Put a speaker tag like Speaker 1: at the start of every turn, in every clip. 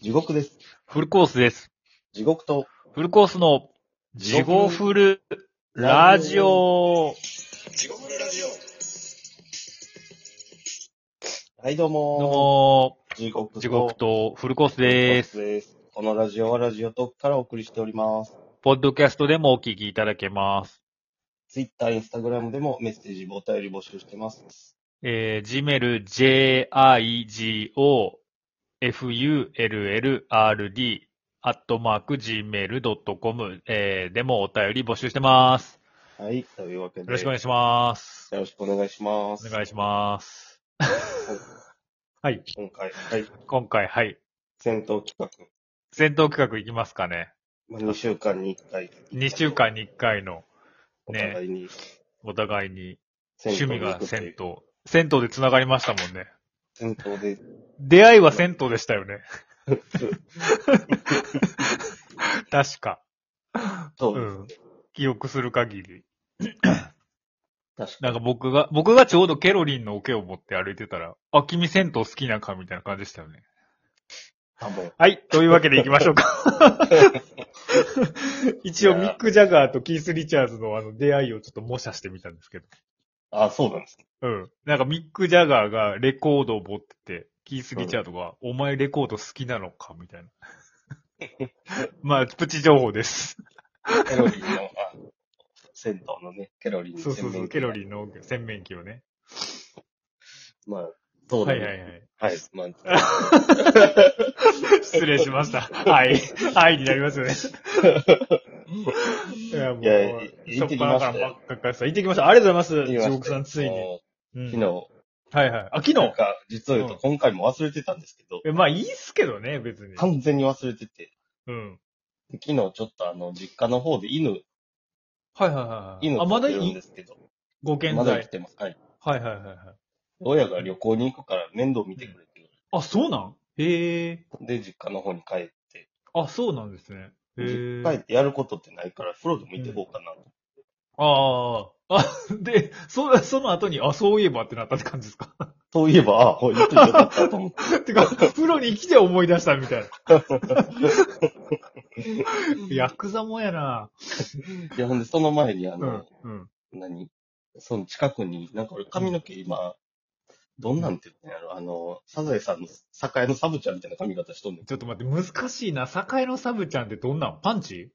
Speaker 1: 地獄です。
Speaker 2: フルコースです。
Speaker 1: 地獄と、
Speaker 2: フルコースの地獄フルラジオ。
Speaker 1: 地獄ラジオ。はい、どう
Speaker 2: どう
Speaker 1: も
Speaker 2: も
Speaker 1: ー。地獄と、
Speaker 2: 地獄とフルコースです。
Speaker 1: です。このラジオはラジオトークからお送りしております。
Speaker 2: ポッドキャストでもお聞きいただけます。
Speaker 1: ツイッター、インスタグラムでもメッセージ、お便り募集してます。
Speaker 2: えー、gmail, jigo, fullrd, アットマーク gmail.com、えー、でもお便り募集してます。
Speaker 1: はい、というわけで。
Speaker 2: よろしくお願いします。
Speaker 1: よろしくお願いしま
Speaker 2: お
Speaker 1: す。
Speaker 2: 願いします。はい。
Speaker 1: 今回、はい、
Speaker 2: 今回、はい。
Speaker 1: 戦闘企画。
Speaker 2: 戦闘企画いきますかね。
Speaker 1: まあ、2週間に1回。
Speaker 2: 2週間に1回の
Speaker 1: お互いに、
Speaker 2: お互いに
Speaker 1: 戦闘
Speaker 2: 趣味
Speaker 1: に行
Speaker 2: が
Speaker 1: くという
Speaker 2: 銭湯。銭湯で繋がりましたもんね。
Speaker 1: 戦闘で、
Speaker 2: 出会いは銭湯でした よね。確か。
Speaker 1: そうう、
Speaker 2: ん。記憶する限り。
Speaker 1: 確か
Speaker 2: なんか僕が、僕がちょうどケロリンの桶を持って歩いてたら、あ、君銭湯好きなんかみたいな感じでしたよね。
Speaker 1: 多分。
Speaker 2: はい。というわけで行きましょう か。一応、ミック・ジャガーとキース・リチャーズのあの出会いをちょっと模写してみたんですけど。
Speaker 1: あ、そうなんですね。
Speaker 2: うん。なんかミック・ジャガーがレコードを持ってて、キース・リチャードが、お前レコード好きなのかみたいな。 まあ、プチ情 報です。
Speaker 1: ケロリーの、あ、銭湯のね、ケロリーの
Speaker 2: そうそう
Speaker 1: 洗
Speaker 2: そ
Speaker 1: 面
Speaker 2: う、
Speaker 1: 器
Speaker 2: ケロリーの洗面器をね。
Speaker 1: まあ、そうだ
Speaker 2: はい
Speaker 1: ね。
Speaker 2: はいはい。
Speaker 1: はい。まあ、
Speaker 2: 失礼しました。はい。はいになります よね。いや、もう、
Speaker 1: いや
Speaker 2: しょ
Speaker 1: 行っ
Speaker 2: って
Speaker 1: き
Speaker 2: ぱな
Speaker 1: ま
Speaker 2: か
Speaker 1: したよ
Speaker 2: らばっかからさ、行ってきました。ありがとうございます。
Speaker 1: 言いま
Speaker 2: 地
Speaker 1: した
Speaker 2: 獄さん、ついに。
Speaker 1: も
Speaker 2: う
Speaker 1: うん昨日、
Speaker 2: はいはい。あ、昨
Speaker 1: なん
Speaker 2: 日
Speaker 1: か、実を言うと今回も忘れてたんですけど、
Speaker 2: えまあ、いいっすけどね、別に。
Speaker 1: 完全に忘れてて、
Speaker 2: うん。
Speaker 1: で昨日ちょっとあの、実家の方で犬、
Speaker 2: はいはいはいはい。
Speaker 1: 犬
Speaker 2: あ、ま
Speaker 1: 飼っ
Speaker 2: だ
Speaker 1: て
Speaker 2: い
Speaker 1: るん
Speaker 2: い
Speaker 1: ですけど、
Speaker 2: ご健
Speaker 1: まだ
Speaker 2: 在。は
Speaker 1: 生
Speaker 2: い
Speaker 1: きてます。はい。
Speaker 2: はいはいはい。
Speaker 1: 親が旅行に行くから面倒見てくれって、
Speaker 2: あ、そうなんへえ。
Speaker 1: で、実家の方に帰って、
Speaker 2: あ、そうなんですね。へ
Speaker 1: 実
Speaker 2: え。
Speaker 1: 家帰ってやることってないから、風呂でも行ってこうかなと。
Speaker 2: ああ。 あ、で、そ、その後に、あ、そういえばってなったって感じですか
Speaker 1: そういえば、あ、ほい、行っといてよかったと思って。
Speaker 2: てか、風呂に来て思い出したみ たいな。ヤクザもやな。
Speaker 1: いや、ほんで、その前にあ
Speaker 2: うん
Speaker 1: の、。
Speaker 2: うん。
Speaker 1: 何その近くに、なんか俺髪の毛今、どんなんて言ってんやろあの、サザエさんの、酒屋のサブちゃんみたいな髪型しとんねん。
Speaker 2: ちょっと待って、難しいな。栄のサブちゃんってどんなんパンチ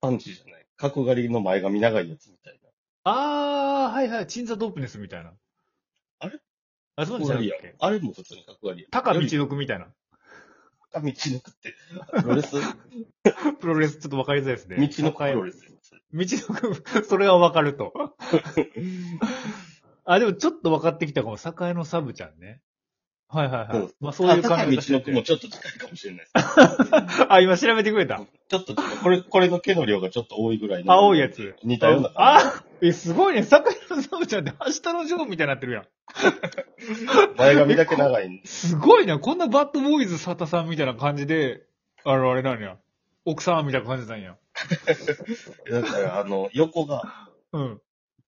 Speaker 1: パンチじゃない。角刈りの前髪長いやつみたいな。
Speaker 2: ああ、はいはい。鎮座ドープネスみたいな。
Speaker 1: あれ
Speaker 2: あ、そうなん
Speaker 1: 角
Speaker 2: じ
Speaker 1: 刈り
Speaker 2: ゃない
Speaker 1: や
Speaker 2: っ
Speaker 1: ん
Speaker 2: け。
Speaker 1: あれも普通に角刈りやん。
Speaker 2: 高道
Speaker 1: より
Speaker 2: 徳みたいな。
Speaker 1: 高道のくって、プロレス、 道
Speaker 2: プロレスちょっとわかりづらいですね。
Speaker 1: のくプロレス。
Speaker 2: 道のく、それはわかる と。あ、でもちょっと分かってきたかも。栄のサブちゃんね。はいはいはい。
Speaker 1: うん
Speaker 2: まあそう
Speaker 1: あ
Speaker 2: いう
Speaker 1: 高
Speaker 2: 感
Speaker 1: い
Speaker 2: じ
Speaker 1: 道のくもちょっと近いかもしれないです。
Speaker 2: あ、今調べてくれた。
Speaker 1: ちょっと、これ、これの毛の量がちょっと多いぐらいの。
Speaker 2: 青いや。つ。
Speaker 1: 似たような感
Speaker 2: あえ、すごいね。栄のサブちゃんって明日のジョーみたいになってるやん。
Speaker 1: じ。前髪だけ長いんです。
Speaker 2: すごいな。こんなバッドボーイズサタさんみたいな感じで、あれあれなんや。奥さんみたいな感じなんや。
Speaker 1: だから、あの、横が、
Speaker 2: うん。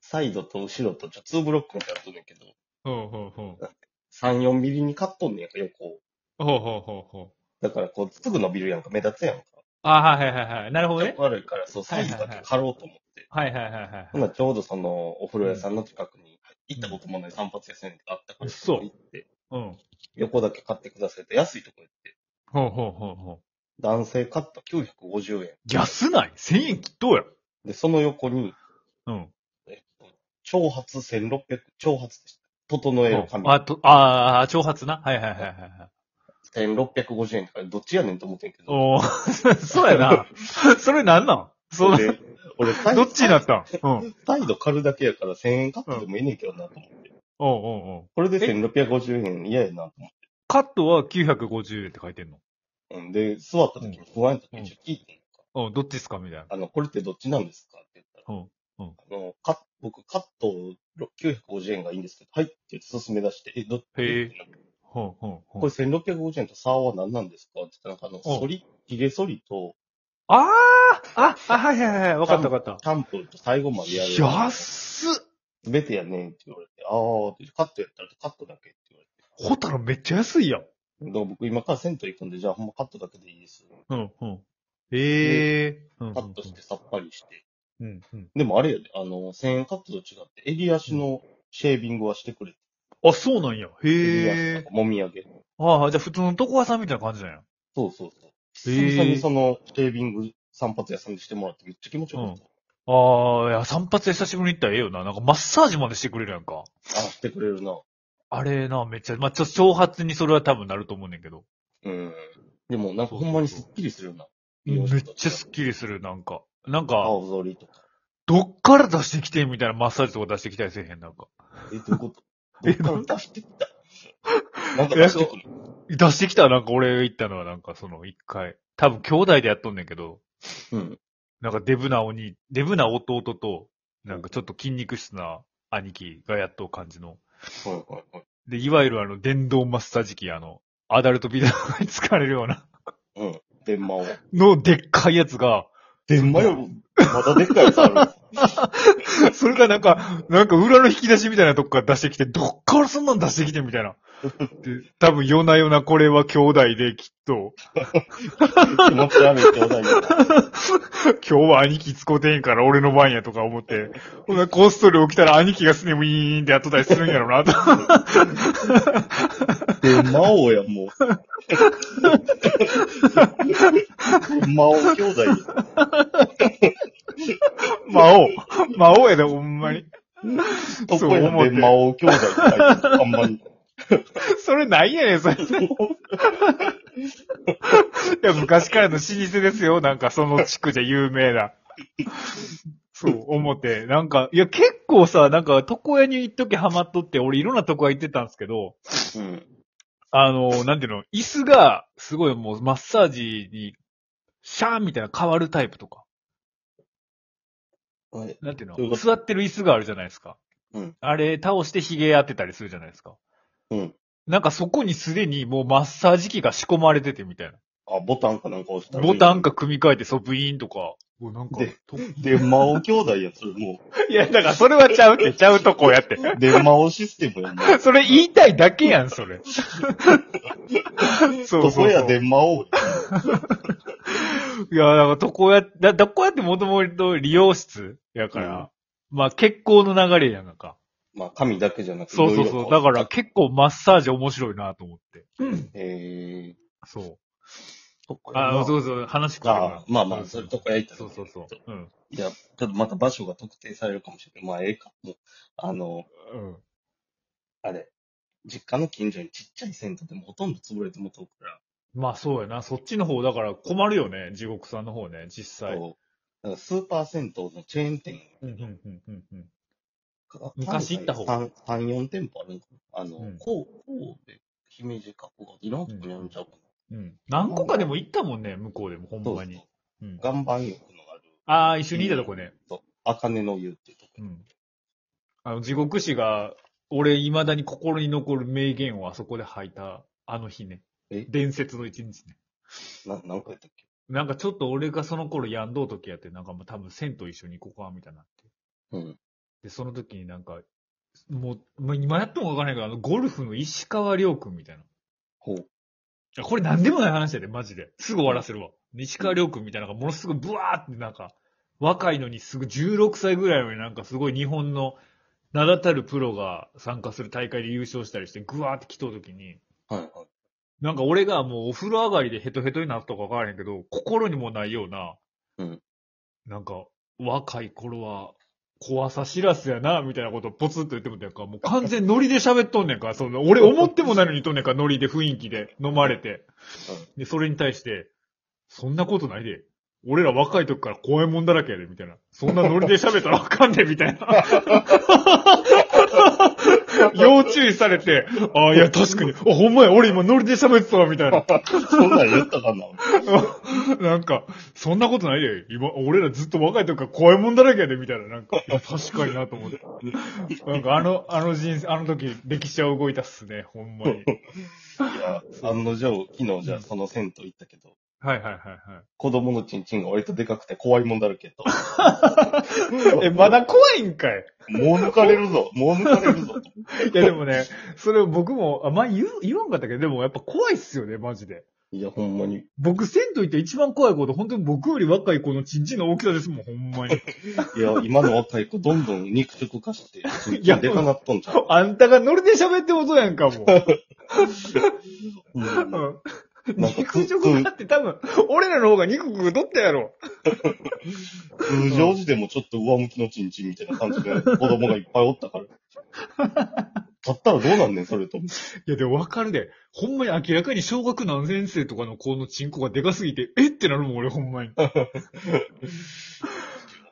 Speaker 1: サイドと後ろと、ちょ、ツーブロックみたいになっとんねんけど、
Speaker 2: ほうほうほう。
Speaker 1: 3、4ミリにカットんねやんか、横を。
Speaker 2: ほうほうほうほう。
Speaker 1: だから、こう、すぐ伸びるやんか、目立つやんか。
Speaker 2: あ、はいはいはいはい。なるほどね。
Speaker 1: 悪いから、そう、サイズだけ貼ろうと思って。
Speaker 2: はいはいはいはい
Speaker 1: ほ。な、ちょうどその、お風呂屋さんの近くに、行ったこともない散髪屋さんがあったから、
Speaker 2: そう
Speaker 1: 行って、
Speaker 2: うん。
Speaker 1: 横だけ買ってくださいって、安いとこ行って、
Speaker 2: ほうほうほうほ
Speaker 1: 男性買った950円。
Speaker 2: う。安ない ?1000 円切っとうやん。
Speaker 1: で、その横に、
Speaker 2: うん。
Speaker 1: えっと、長髪1600、長髪でした。整える髪。
Speaker 2: あと、ああ、挑発な。はいはいはいはいはい。
Speaker 1: 1650円とか、どっちやねんと思ってんけど。
Speaker 2: おお そうやな。それなんなんそう
Speaker 1: で俺、サイ
Speaker 2: どっちにな ったんうん。おう
Speaker 1: 態度狩るだけやから1000円カットでもいいねんけどなと思って。
Speaker 2: おうおう
Speaker 1: これで1650円嫌やなと思って。
Speaker 2: カットは950円って書いてんの
Speaker 1: うん、で、座った時に不安やった時に聞いてんか、
Speaker 2: うん、どっちっすかみたいな。
Speaker 1: あの、これってどっちなんですかって言ったら、
Speaker 2: うんうん
Speaker 1: あの、カ僕カット950円がいいんですけど、はいって言って勧め出して、え、どっち
Speaker 2: へえ
Speaker 1: ってなって
Speaker 2: ほうほうほう。
Speaker 1: これ1650円と差は何なんですかって言ったら、なんかあの、
Speaker 2: うん
Speaker 1: 反り、ヒゲ反りと、
Speaker 2: あああ、はいはいはい。わかったわかっ
Speaker 1: シャンプーと最後までやる。
Speaker 2: た。安っ
Speaker 1: すべてやねんって言われて、あーって、カットやったらカットだけって言われて。
Speaker 2: ホタルめっちゃ安いやん。
Speaker 1: だから僕今から銭湯行くんで、じゃあほんまカットだけでいいです。
Speaker 2: うん、うん。ええー。うん
Speaker 1: カットしてさっぱりして。
Speaker 2: うん、うん。
Speaker 1: でもあれやで、あの、1000円カットと違って、襟足のシェービングはしてくれて。
Speaker 2: あ、そうなんや。
Speaker 1: 襟足
Speaker 2: へ
Speaker 1: なん
Speaker 2: え
Speaker 1: か。もみあげ。
Speaker 2: ああ、じゃあ普通の床屋さんみたいな感じなんや。
Speaker 1: そうそうそう。
Speaker 2: へ
Speaker 1: 久
Speaker 2: ー
Speaker 1: 々にその、シェービング散髪屋さんにしてもらってめっちゃ気持ちよかった。
Speaker 2: ああ、いや、散髪久しぶりに行ったらええよな。なんかマッサージまでしてくれるやんか。
Speaker 1: あ、してくれるな。
Speaker 2: あれな、めっちゃ、まあ、ちょ、挑発にそれは多分なると思うねんけど。
Speaker 1: うん。でもなんかほんまにスッキリするよな。
Speaker 2: めっち
Speaker 1: ス
Speaker 2: ゃス
Speaker 1: ッ
Speaker 2: ッキリする、なんか。なん
Speaker 1: キリ。
Speaker 2: か、
Speaker 1: 青ぞりとか。
Speaker 2: どっから出してきてんみたいなマッサージとか出してきたりせえへん、なんか。
Speaker 1: え、どういうこと
Speaker 2: え
Speaker 1: どっから出して きたなんか出してくる。
Speaker 2: 出してきたらなんか俺が行ったのはなんかその一回。多分兄弟でやっとんねんけど、
Speaker 1: うん。
Speaker 2: なんかデブなおに、デブな弟と、なんかちょっと筋肉質な兄貴がやっとう感じの。
Speaker 1: はいはいはい。
Speaker 2: で、いわゆるあの、電動マッサージ機、あの、アダルトビデオに使われるような、
Speaker 1: うん。電話を。
Speaker 2: のでっかいやつが、
Speaker 1: 電話より、まだでっかいやつある。
Speaker 2: それがなんか、なんか裏の引き出しみたいなとこから出してきて、どっからそんなん出してきてみたいな。で多分夜な夜なこれは兄弟できっと、
Speaker 1: 気持ち悪い兄弟 よ。
Speaker 2: 今日は兄貴使うてへんから俺の番やとか思って、ほなコーストリー起きたら兄貴がスネムイーンってやっとったりするんやろなと。
Speaker 1: 電話王 や、もう。魔王兄弟よ。
Speaker 2: 魔王。魔王やで、ほんまに。
Speaker 1: ど
Speaker 2: そ
Speaker 1: こ
Speaker 2: う
Speaker 1: や
Speaker 2: 思って
Speaker 1: 電魔王兄弟って書いてある看板に。
Speaker 2: それないやね ん、それ。いや、昔からの老舗ですよ。なんか、その地区じゃ有名な。そう、思って。なんか、いや、結構さ、なんか、床屋に一時ハマっとって、俺いろんな床屋行ってたんですけど、
Speaker 1: うん。
Speaker 2: あの、なんていうの、椅子が、すごいもう、マッサージに、シャーンみたいな変わるタイプとか。
Speaker 1: はい。
Speaker 2: なんていうの
Speaker 1: どういうこと
Speaker 2: 座ってる椅子があるじゃないですか。
Speaker 1: うん
Speaker 2: あれ、倒して髭当てたりするじゃないですか。
Speaker 1: うん。
Speaker 2: なんかそこにすでにもうマッサージ機が仕込まれててみたい
Speaker 1: あ、ボタンかなんか押した
Speaker 2: な。
Speaker 1: ら
Speaker 2: ボタン。か組み替えてソブイーンとか。うわなんか
Speaker 1: で
Speaker 2: と
Speaker 1: 電魔王兄弟や、それも
Speaker 2: いや、だからそれはちゃう って、ちゃうとこやって。
Speaker 1: う。電魔王システムや、もう。
Speaker 2: それ言いたいだけやん、それ。そうそう
Speaker 1: ど
Speaker 2: そう。
Speaker 1: こや、電魔王。
Speaker 2: いや、なんか、床屋、だ、どこやってもともと利用室やから、まあ結構の流れやんか。
Speaker 1: まあ、神だけじゃなくて。
Speaker 2: そうそう
Speaker 1: いろい
Speaker 2: そう。
Speaker 1: ろ
Speaker 2: だから。結構マッサージ面白いなと思って。
Speaker 1: えー。
Speaker 2: そう。
Speaker 1: そっか
Speaker 2: あ、そうそう、話変わ
Speaker 1: あ
Speaker 2: るな
Speaker 1: まあまあ、それとこやったら
Speaker 2: そうそうそう。うん。
Speaker 1: いや、ちょっとまた場所が特定されるかもしれない。まあ、ええか。もう、あの、
Speaker 2: うん。
Speaker 1: あれ、実家の近所にちっちゃい銭湯でもほとんど潰れてもとうか
Speaker 2: まあそうやな。そっちの方、だから困るよね。地獄さんの方ね、実
Speaker 1: ら、
Speaker 2: 際。
Speaker 1: こうなんかスーパー銭湯のチェーン店
Speaker 2: うんうんうんうんうん。
Speaker 1: が、
Speaker 2: 昔行った方が
Speaker 1: 3、3 4店舗あるんかな。あの、
Speaker 2: うん
Speaker 1: こう神戸、姫路、加古川、いろんなとこにあるんちゃうか
Speaker 2: うん。何個かでも行ったもんね、向こうでも、ほ
Speaker 1: な。
Speaker 2: ん
Speaker 1: そ
Speaker 2: ま
Speaker 1: う
Speaker 2: に
Speaker 1: そ。
Speaker 2: うん
Speaker 1: う。岩盤浴のある、
Speaker 2: ああ、一緒にいたとこね。
Speaker 1: そう、茜の湯っていうとこ。
Speaker 2: うん。あの、地獄師が、俺、未だに心に残る名言をあそこで吐いた、あの日ね。
Speaker 1: え
Speaker 2: 伝説の一日ね。
Speaker 1: な、なんか言ったっけ
Speaker 2: なんかちょっと俺がその頃病んどう時やって、なんかもう多分銭湯一緒に行こうか、みたいになって。
Speaker 1: うん。
Speaker 2: で、その時になんか、もう、もう今やってもわからないけど、あの、ゴルフの石川亮君みたいな。
Speaker 1: ほう。
Speaker 2: いやこれ何でもない話やで、マジで。すぐ終わらせるわ。石川亮君みたいなのがものすごいブワーってなんか、若いのにすぐ16歳ぐらいのになんかすごい日本の名だたるプロが参加する大会で優勝したりして、グワーって来とう時に、
Speaker 1: はいはい。
Speaker 2: なんか俺がもうお風呂上がりでヘトヘトになったかわからへんけど、心にもないような、
Speaker 1: うん
Speaker 2: なんか、若い頃は、怖さ知らずやな、みたいなことをポツッと言ってもたやんか、もう完全ノリで喋っとんねんか、その、俺思ってもないのに言っとんねんか、ノリで雰囲気で、飲まれて。で、それに対して、そんなことないで。俺ら若い時から怖いもんだらけやで、みたいな。そんなノリで喋ったらあかんで、みた いな。要注意されて、ああ、いや、確かに、あ、ほんまや、俺今ノリで喋ってたわ、みたいな。
Speaker 1: そんなん言ったかな
Speaker 2: なんか、そんなことないで。今、俺らずっと若い時から怖いもんだらけやで、みたいな。なんか、いや確かになと思って。なんか、あの、あの人生、あの時、歴史は動いたっすね、ほんまに。
Speaker 1: いや、案の定、昨日じゃあその銭湯行ったけど、
Speaker 2: はいはいはい
Speaker 1: 子供のチンチンが割とでかくて怖いもんだらけと。
Speaker 2: はい。え、まだ怖いんかい
Speaker 1: もう抜かれるぞ。もう抜かれるぞ。
Speaker 2: いやでもね、それを僕も、あ、まあ、言う、言わんかったけど、でもやっぱ怖いっすよね、マジで。
Speaker 1: いや、ほんまに。
Speaker 2: 僕、銭湯行って一番怖いこと、本当に僕より若い子のちんちんの大きさですもん、ほんまに。
Speaker 1: いや、今の若い子、どんどん肉食化して、チン
Speaker 2: い
Speaker 1: チ
Speaker 2: や
Speaker 1: ンでかなっとんちゃう。
Speaker 2: あんたがノリで喋ってことやんか、もう。
Speaker 1: ほんまに
Speaker 2: うん
Speaker 1: なんか
Speaker 2: 肉食だって多分、俺らの方が肉食うとったやろ。
Speaker 1: 通常時でもちょっと上向きのチンチンみたいな感じで子供がいっぱいおったから。だったらどうなんねん、それと。
Speaker 2: いや、でもわかるで。ほんまに明らかに小学何年生とかの子のチンコがでかすぎて、えってなるもん、俺ほんまに。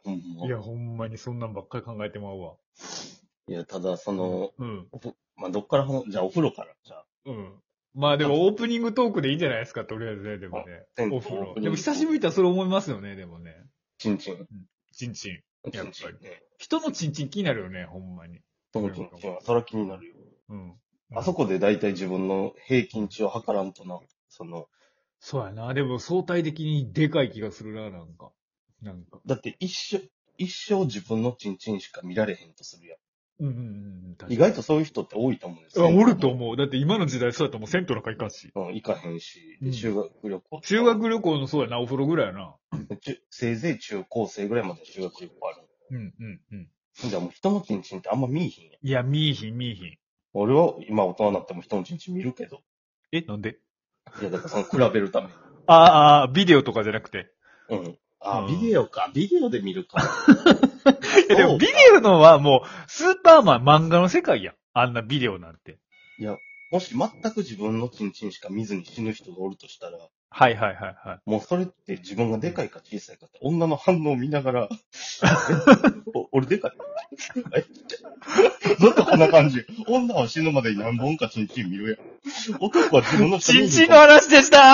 Speaker 1: ほんま
Speaker 2: いや、ほんまにそんなんばっかり考えてまうわ。
Speaker 1: いや、ただ、その、
Speaker 2: うん。
Speaker 1: まあ、どっから話、じゃあお風呂から。じゃあ、
Speaker 2: うん。まあでもオープニングトークでいいんじゃないですか、とりあえずね、でもね。
Speaker 1: 銭湯
Speaker 2: お風呂。でも久しぶり
Speaker 1: り。
Speaker 2: だったらそれ思いますよね、でもね。
Speaker 1: チンチン。
Speaker 2: チンチン。
Speaker 1: チ
Speaker 2: やっぱ
Speaker 1: ン
Speaker 2: り
Speaker 1: チンね。
Speaker 2: 人のチンチン気になるよね、ほんまに。
Speaker 1: そのチンチンは、そら気になるよ。
Speaker 2: うん。
Speaker 1: あそこで大体自分の平均値を測らんとな、その、
Speaker 2: そうやな。でも相対的にでかい気がするな、なんか。なんか。
Speaker 1: だって一生、一生自分のチンチンしか見られへんとするや
Speaker 2: うんうんうんうん。確か
Speaker 1: ん。
Speaker 2: に
Speaker 1: 意外とそういう人って多いと思うんです
Speaker 2: うわおると思う。だって今の時代そうやったらもう銭湯なんか行かんし。
Speaker 1: うん、行かへんし、
Speaker 2: うん
Speaker 1: で修学旅行。
Speaker 2: 修学旅行のそうやな、お風呂ぐらいやな。
Speaker 1: 中せいぜい中高生ぐらいまで修学旅行ある。
Speaker 2: うんうんうん。
Speaker 1: じゃあもう人のチンチンってあんま見えへんやん。
Speaker 2: いや、見えひん見えひん。
Speaker 1: 俺は今大人になっても人のチンチン見るけど。
Speaker 2: えなんで
Speaker 1: いや、だからその比べるために。
Speaker 2: あああ、ビデオとかじゃなくて。
Speaker 1: うん。あ、
Speaker 2: うん
Speaker 1: ビデオか。ビデオで見るか。
Speaker 2: いや、でもビデオのはもう、スーパーマン漫画の世界やん。あんなビデオなんて。
Speaker 1: もし全く自分のチンチンしか見ずに死ぬ人がおるとしたら、
Speaker 2: はいはいはいはい。
Speaker 1: もうそれって自分がでかいか小さいかって、女の反応を見ながら、えお俺でかいえ ずっとこんな感じ。女は死ぬまでに何本かチンチン見るやん。男は自分の下
Speaker 2: チ
Speaker 1: に
Speaker 2: ンチンの話でした